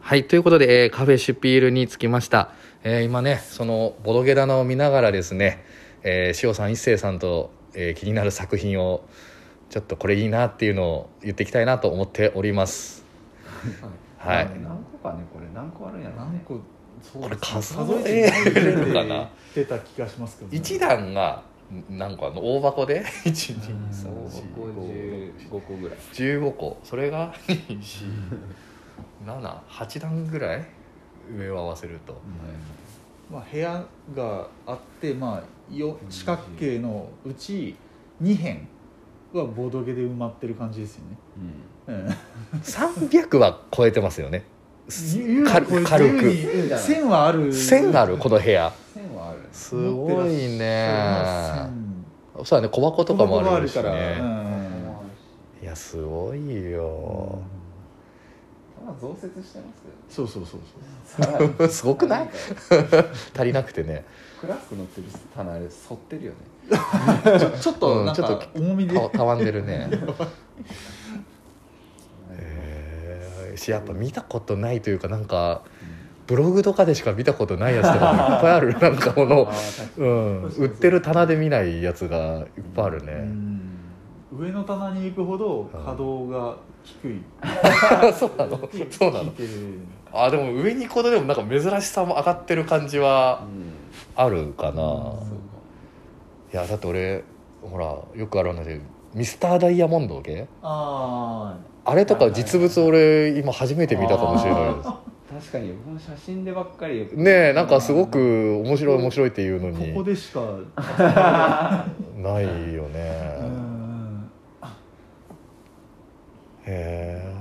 はいということで、えーカフェシュピールに着きました、えー今ねそのボドゲ棚を見ながらですね、えー、塩さん一生さんと、えー気になる作品をちょっとこれいいなっていうのを言っていきたいなと思っておりますはい何個かねこれ何個あるんやろう何ね個そうこれです数ええれてるかな出た気がしますけど、一段が何個あんの大箱で1 2 3うん5個ぐらい1 5個それが278段ぐらい上を合わせるとまあ、部屋があって、まあ、よ四角形のうち2辺はボードゲで埋まってる感じですよね、うん、 300は超えてますよね軽こういう軽く自由に線はある線があるこの部屋線はあるすごいね線そうだね小箱とかもあるし小箱があるからねいうんやすごいよまあ増設してますけそうそうそうどさらにすごくないさらに足りなくてねクラスクのってる棚あれ反ってるよねそうちょっうとんなんちょっかと重みでたたわんでるねへえしやっぱ見たことないというかなんかブログとかでしか見たことないやつとかもいっぱいあるなんかこのあー確うかん、売ってる棚で見ないやつがいっぱいあるうね、ん上の棚に行くほど可動が低い そうなのそうな効いのてるあでも上に行くほどでもなんか珍しさも上がってる感じはにうんあるかな、うんそうかいやだって俺ほらよくあるんだけどミスターダイヤモンド系ああれとか実物俺今初めて見たかもしれないです確かに僕も写真でばっかりよくねえなんかすごく面白い面白いっていうのあここにでしかないよねうんへえ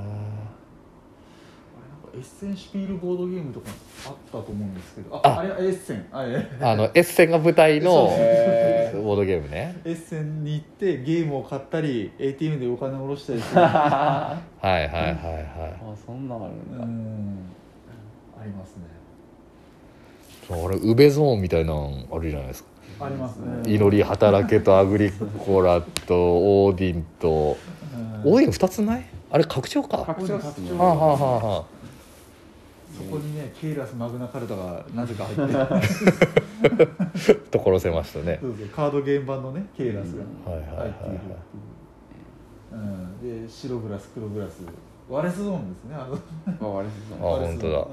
エッセンシュピールボードゲームとかあったと思うんですけどあああれエッセンあれあのエッセンが舞台のそうへーボードゲームねエッセンに行ってゲームを買ったり ATM でお金を下ろしたりするはいはいはいはあそんなんあるんうだんありますねいそうあれ宇部ゾーンみたいなのあるじゃないですかありますね祈り働けとアグリコラとオーディンとオーディン2つないあれ拡張かは拡張っすねあはあはあはそこにねケイラスマグナカルタがなぜか入ってるあ ところせましたねそうそうカードゲーム版のねケイラスがはいはいはい入っているはっていう、うん、で白グラス黒グラス割れスゾーンですねあのまあ割れてたあな割れスゾーン本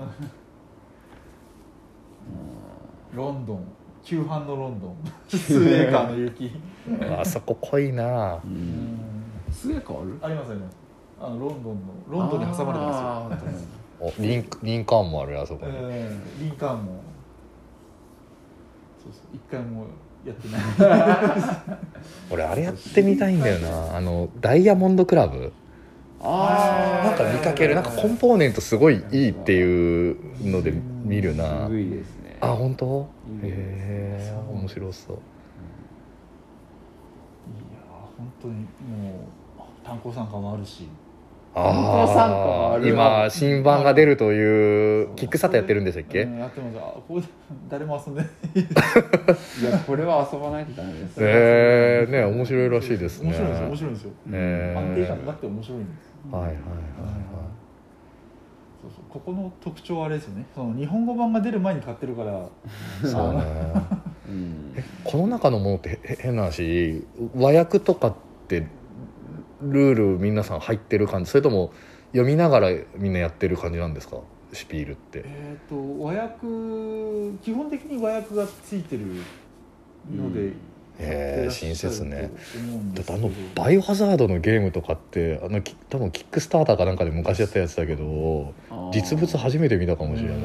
ロンドン旧版のロンドンスウェーカーの雪いあそこ濃いなううんんすげえ変わるありますありますあのロンドンのロンドンに挟まれてますよおリンクリンカーンもあるよあそこすよ、に、うん、リンカーンもそうそう一回もやっ てない俺あれやってみたいんだよなあのダイヤモンドクラブあなんか見かけるなんかコンポーネントすごいいいっていうので見るな渋いですねあ本当いいねへえ面白そういやー本当にもう炭鉱参加もあるし本当参加もああある今新版が出るというキックサタやってるんでしたっうけんやってますあここで誰も遊んでないいやこれは遊ばないとダメですねえー、ね面白いらしいですね面白いですよ面白いですよ、えー安定感があって面白いんですはいはいはいそうそうここの特徴はあれですよねその日本語版が出る前に買ってるからはいそうねうんこの中のものってへ変な話和訳とかってルール皆さん入ってる感じそれとも読みながらみんなやってる感じなんですかシピールってえっ、と和訳基本的に和訳がついてるので、うんえー親切ねだだってあのバイオハザードのゲームとかってあのき多分キックスターターかなんかで昔やったやつだけどあー実物初めて見たかもしれない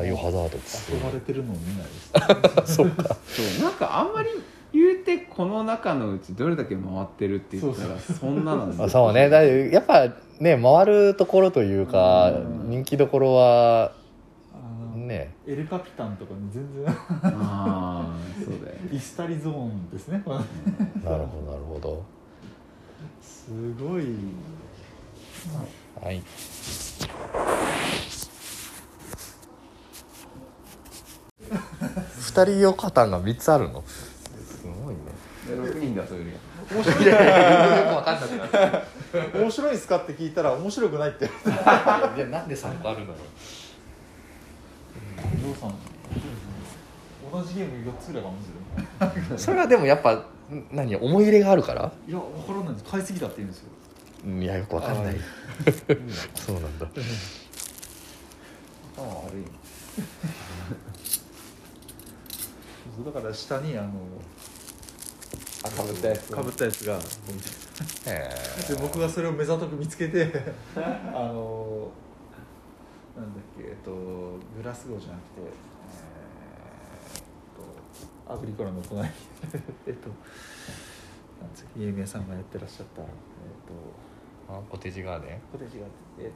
バイオハドザードって憧れてるのを見ないですそうかそうなんかあんまり言うてこの中のうちどれだけ回ってるって言ったらそんななんあですよそうねだいやっぱね回るところというかうん人気どころはあのねエルカピタンとかに全然 ああそうだよイスタリゾーンですねこのなるほどなるほどすごい はい2人用カタンが3つあるのすごいね6人だそうるやん面白いいやいやよく分かんなくなる面白いですかって聞いたら面白くないっていやなんで3個あるんだろうりょうさん同じゲーム4つぐらいが面白いそれはでもやっぱん何思い入れがあるからいや分からないです買いすぎだって言うんですようんいやよくわかんない そうなんだ頭悪いな そうだから下にあのかぶったやつかぶったやつがえで僕がそれを目ざとく見つけ てあのなんだっけえっとグラスゴーじゃなくてえーっとアグリコラの隣 えっとなんつう有名さんがやってらっしゃったえっとあコテージガーデンコテージがえっと違うなえっ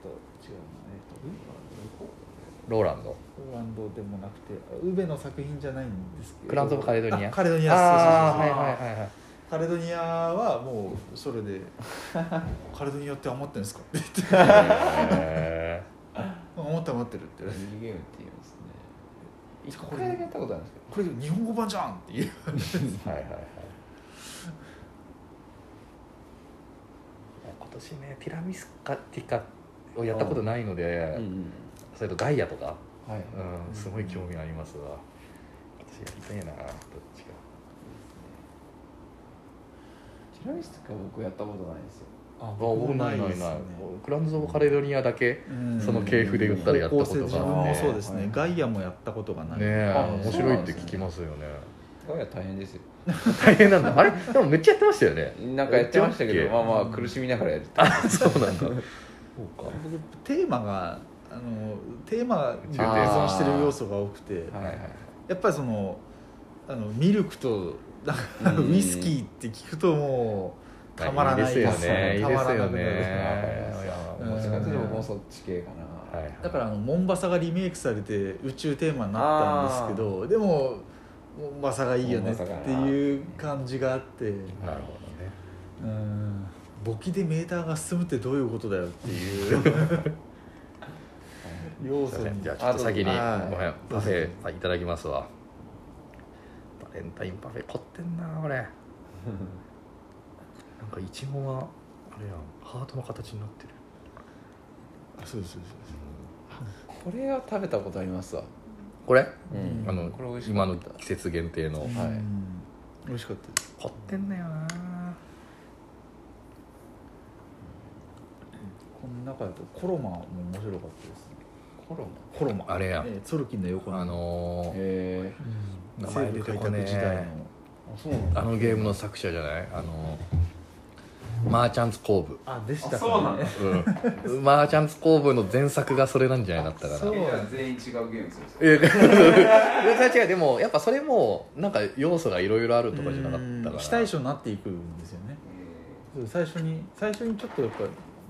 とローランドポーランドでもなくてあ宇部の作品じゃないんですけどクラウンズ・オブ・カレドニアあカレドニアあーそうそうそうそはういはいはいはいカレドニアはもうそれで「カレドニアって余ってんですか?」 って言ってへ「余ってる余ってる」って言われてミニゲームって言うんですね一これ回だけやったことあるんです「これ日本語版じゃん!」っていうーはいはいはい今年ねティラミスカティカをやったことないのでけど、ん、それとガイアとか、はいうん、すごい興味ありますわ私やりたいなどっちかティラミスとか僕やったことないんですよああ僕ないないないクラウンズ・オブ・カレドニアだけその系系譜で言ったらやったことがあって自分もそうですね、はいガイアもやったことがない、ねえあ面白いって聞きますよねガイア大変ですよ大変なんだあれでもめっちゃやってましたよねなんかやってましたけやどったまあっまあ苦しみながらやるあ そうなんだそうか僕テーマがあのテーマに依あー存してる要素が多くてはいはいやっぱりそのあのミルクとなんかうんウイスキーって聞くともうたまらないですよねいいたでますらなよくなるねいやうんど面っち白かいというとね僕もそっち系かな、はいはいだからあのモンバサがリメイクされて宇宙テーマになったんですけどでもモンバサがいいよねっていう感じがあってなるほどねうん簿記でメーターが進むってどういうことだよっ ていう 要す素いませんにじゃあちょっと先にごめんはいパフェはいいただきますわバレンタインパフェ凝ってんなこれなんかいちごがあれやんハートの形になってるあそうですそうですそうですこれは食べたことありますわ、これうんあのこれ美味しか今ったの季節限定のはいうん美味しかったです凝ってんだよなこの中だとコロマも面白かったですコロコロマあれやええツォルキンの横のあのーへえうん名西前部出て開こねえ拓時代のあそうなんだあのゲームの作者じゃないあのマーチャンツ工 部、あでしたあそうなんだうん、マーチャンツ工部の前作がそれなんじゃないだったかなそう全員違うゲームするんですいや 違うでもやっぱそれもなんか要素がいろいろあるとかじゃなかったから非対称になっていくんですよねそう最初に最初にちょっとやっぱ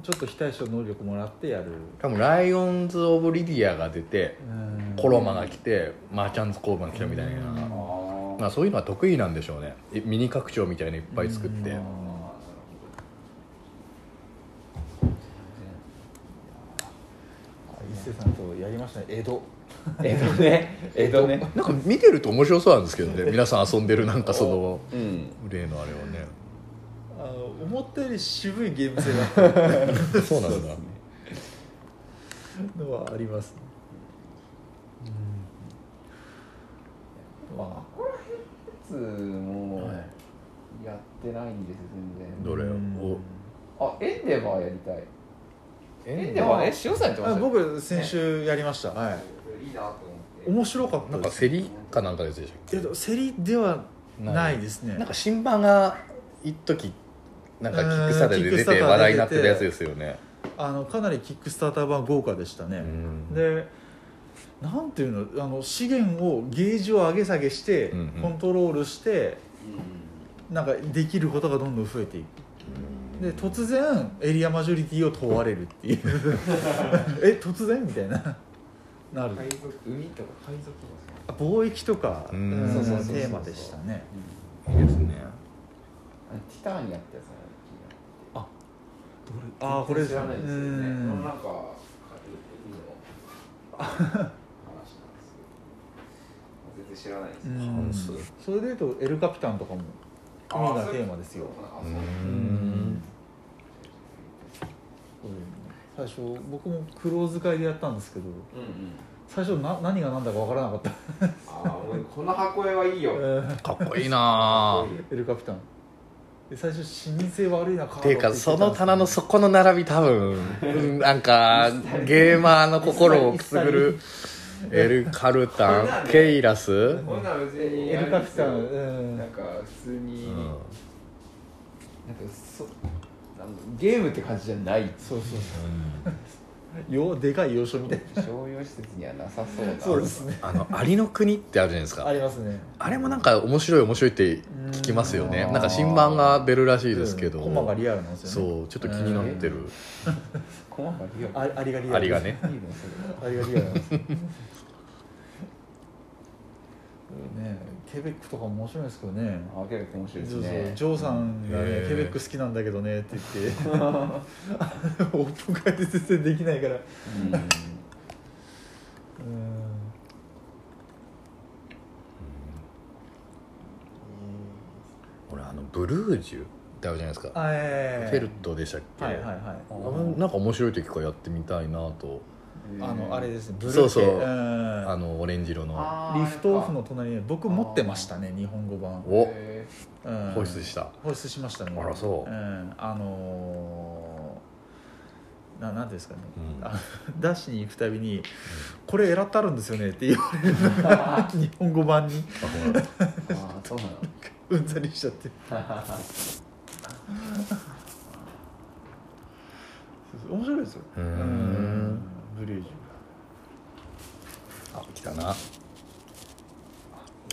ちょっと非対称能力もらってやる多分ライオンズ・オブ・リディアが出てうんコロマが来てマーチャンツ工部が来たみたいな、うんあーまあ、そういうのは得意なんでしょうねいミニ拡張みたいのいっぱい作って、うん一勢さんとやりましたね江戸江戸ね江戸ねなんか見てると面白そうなんですけど ね皆さん遊んでるなんかそのうん例のあれをねあの思ったより渋いゲーム性があったそうなんだ、のはありますね、まあつもはいやってないんです全然どれをうんあエンデバーやりたいエンデえバーね塩さんやってましあたよ僕先週やりました、はいいいなと思って面白かったなんでかす競りかなんかですでしえょっと競りではないですねなんか新版が一時なんかキックスターターで出うんキックスターてターで出て話題になってたやつですよね、あのかなりキックスターター版豪華でしたね、うんでなんていうのあの資源をゲージを上げ下げして、うんうんコントロールしてうなんかできることがどんどん増えていくで突然エリアマジョリティを問われるっていう え突然みたいななるん海賊海とか海賊とか貿易とかううんんそうそうそうそうテーマでしたねいいですねあティターンやったやつああこれ知らないですようねんなんか海の話なんですけど全然知らないですうよんハンスそれでいうとエルカピタンとかもあ組がテーマですよううんこれ最初僕もクローズ会でやったんですけどうんうん最初な何が何だか分からなかったああ俺この箱絵はいいよえかっこいいなー エルカピタンで最初老舗悪いなカードっていうか言そってたんですけどの棚の底の並び多分うんなんかゲーマーの心をくすぐるエル・カルタンケイラスこんなの別にエルカピタンうんなんか普通に、うんなんかそあのゲームって感じじゃないそうそうそうよでかい洋書みたい商用施設にはなさそうななそうですねあのアリの国ってあるじゃないです あかりますねあれもなんか面白い面白いって聞きますよねうんなんか新版が出るらしいですけどうんコマがリアルなんですよねそうちょっと気になってる細かいよあありがリアルアリがねいいのそれありがリアルなんですよ ねケベックとかも面白いですけどねあ結構面白いでそすうそうねジョーさんがね、へーケベック好きなんだけどねって言って オープン会で全然できないかうらんうん俺あのブルージュってあるじゃないですかあえーフェルトでしたっけはいはいはいあなんか面白い時からやってみたいなとあのあれですねブルーそうそう系んあのオレンジ色のあーリフトオフの隣に僕持ってましたね日本語版おへうん放出した放出しましたねあらそうんあのーななんていうんですかね、うんあ出しに行くたびに「これエラってあるんですよね」って言われる 日本語版にあほらーあーそうなのうんざりしちゃって面白いですようーうんブリュージ あ来たな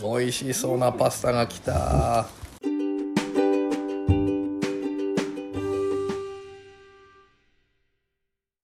美味しそうなパスタが来た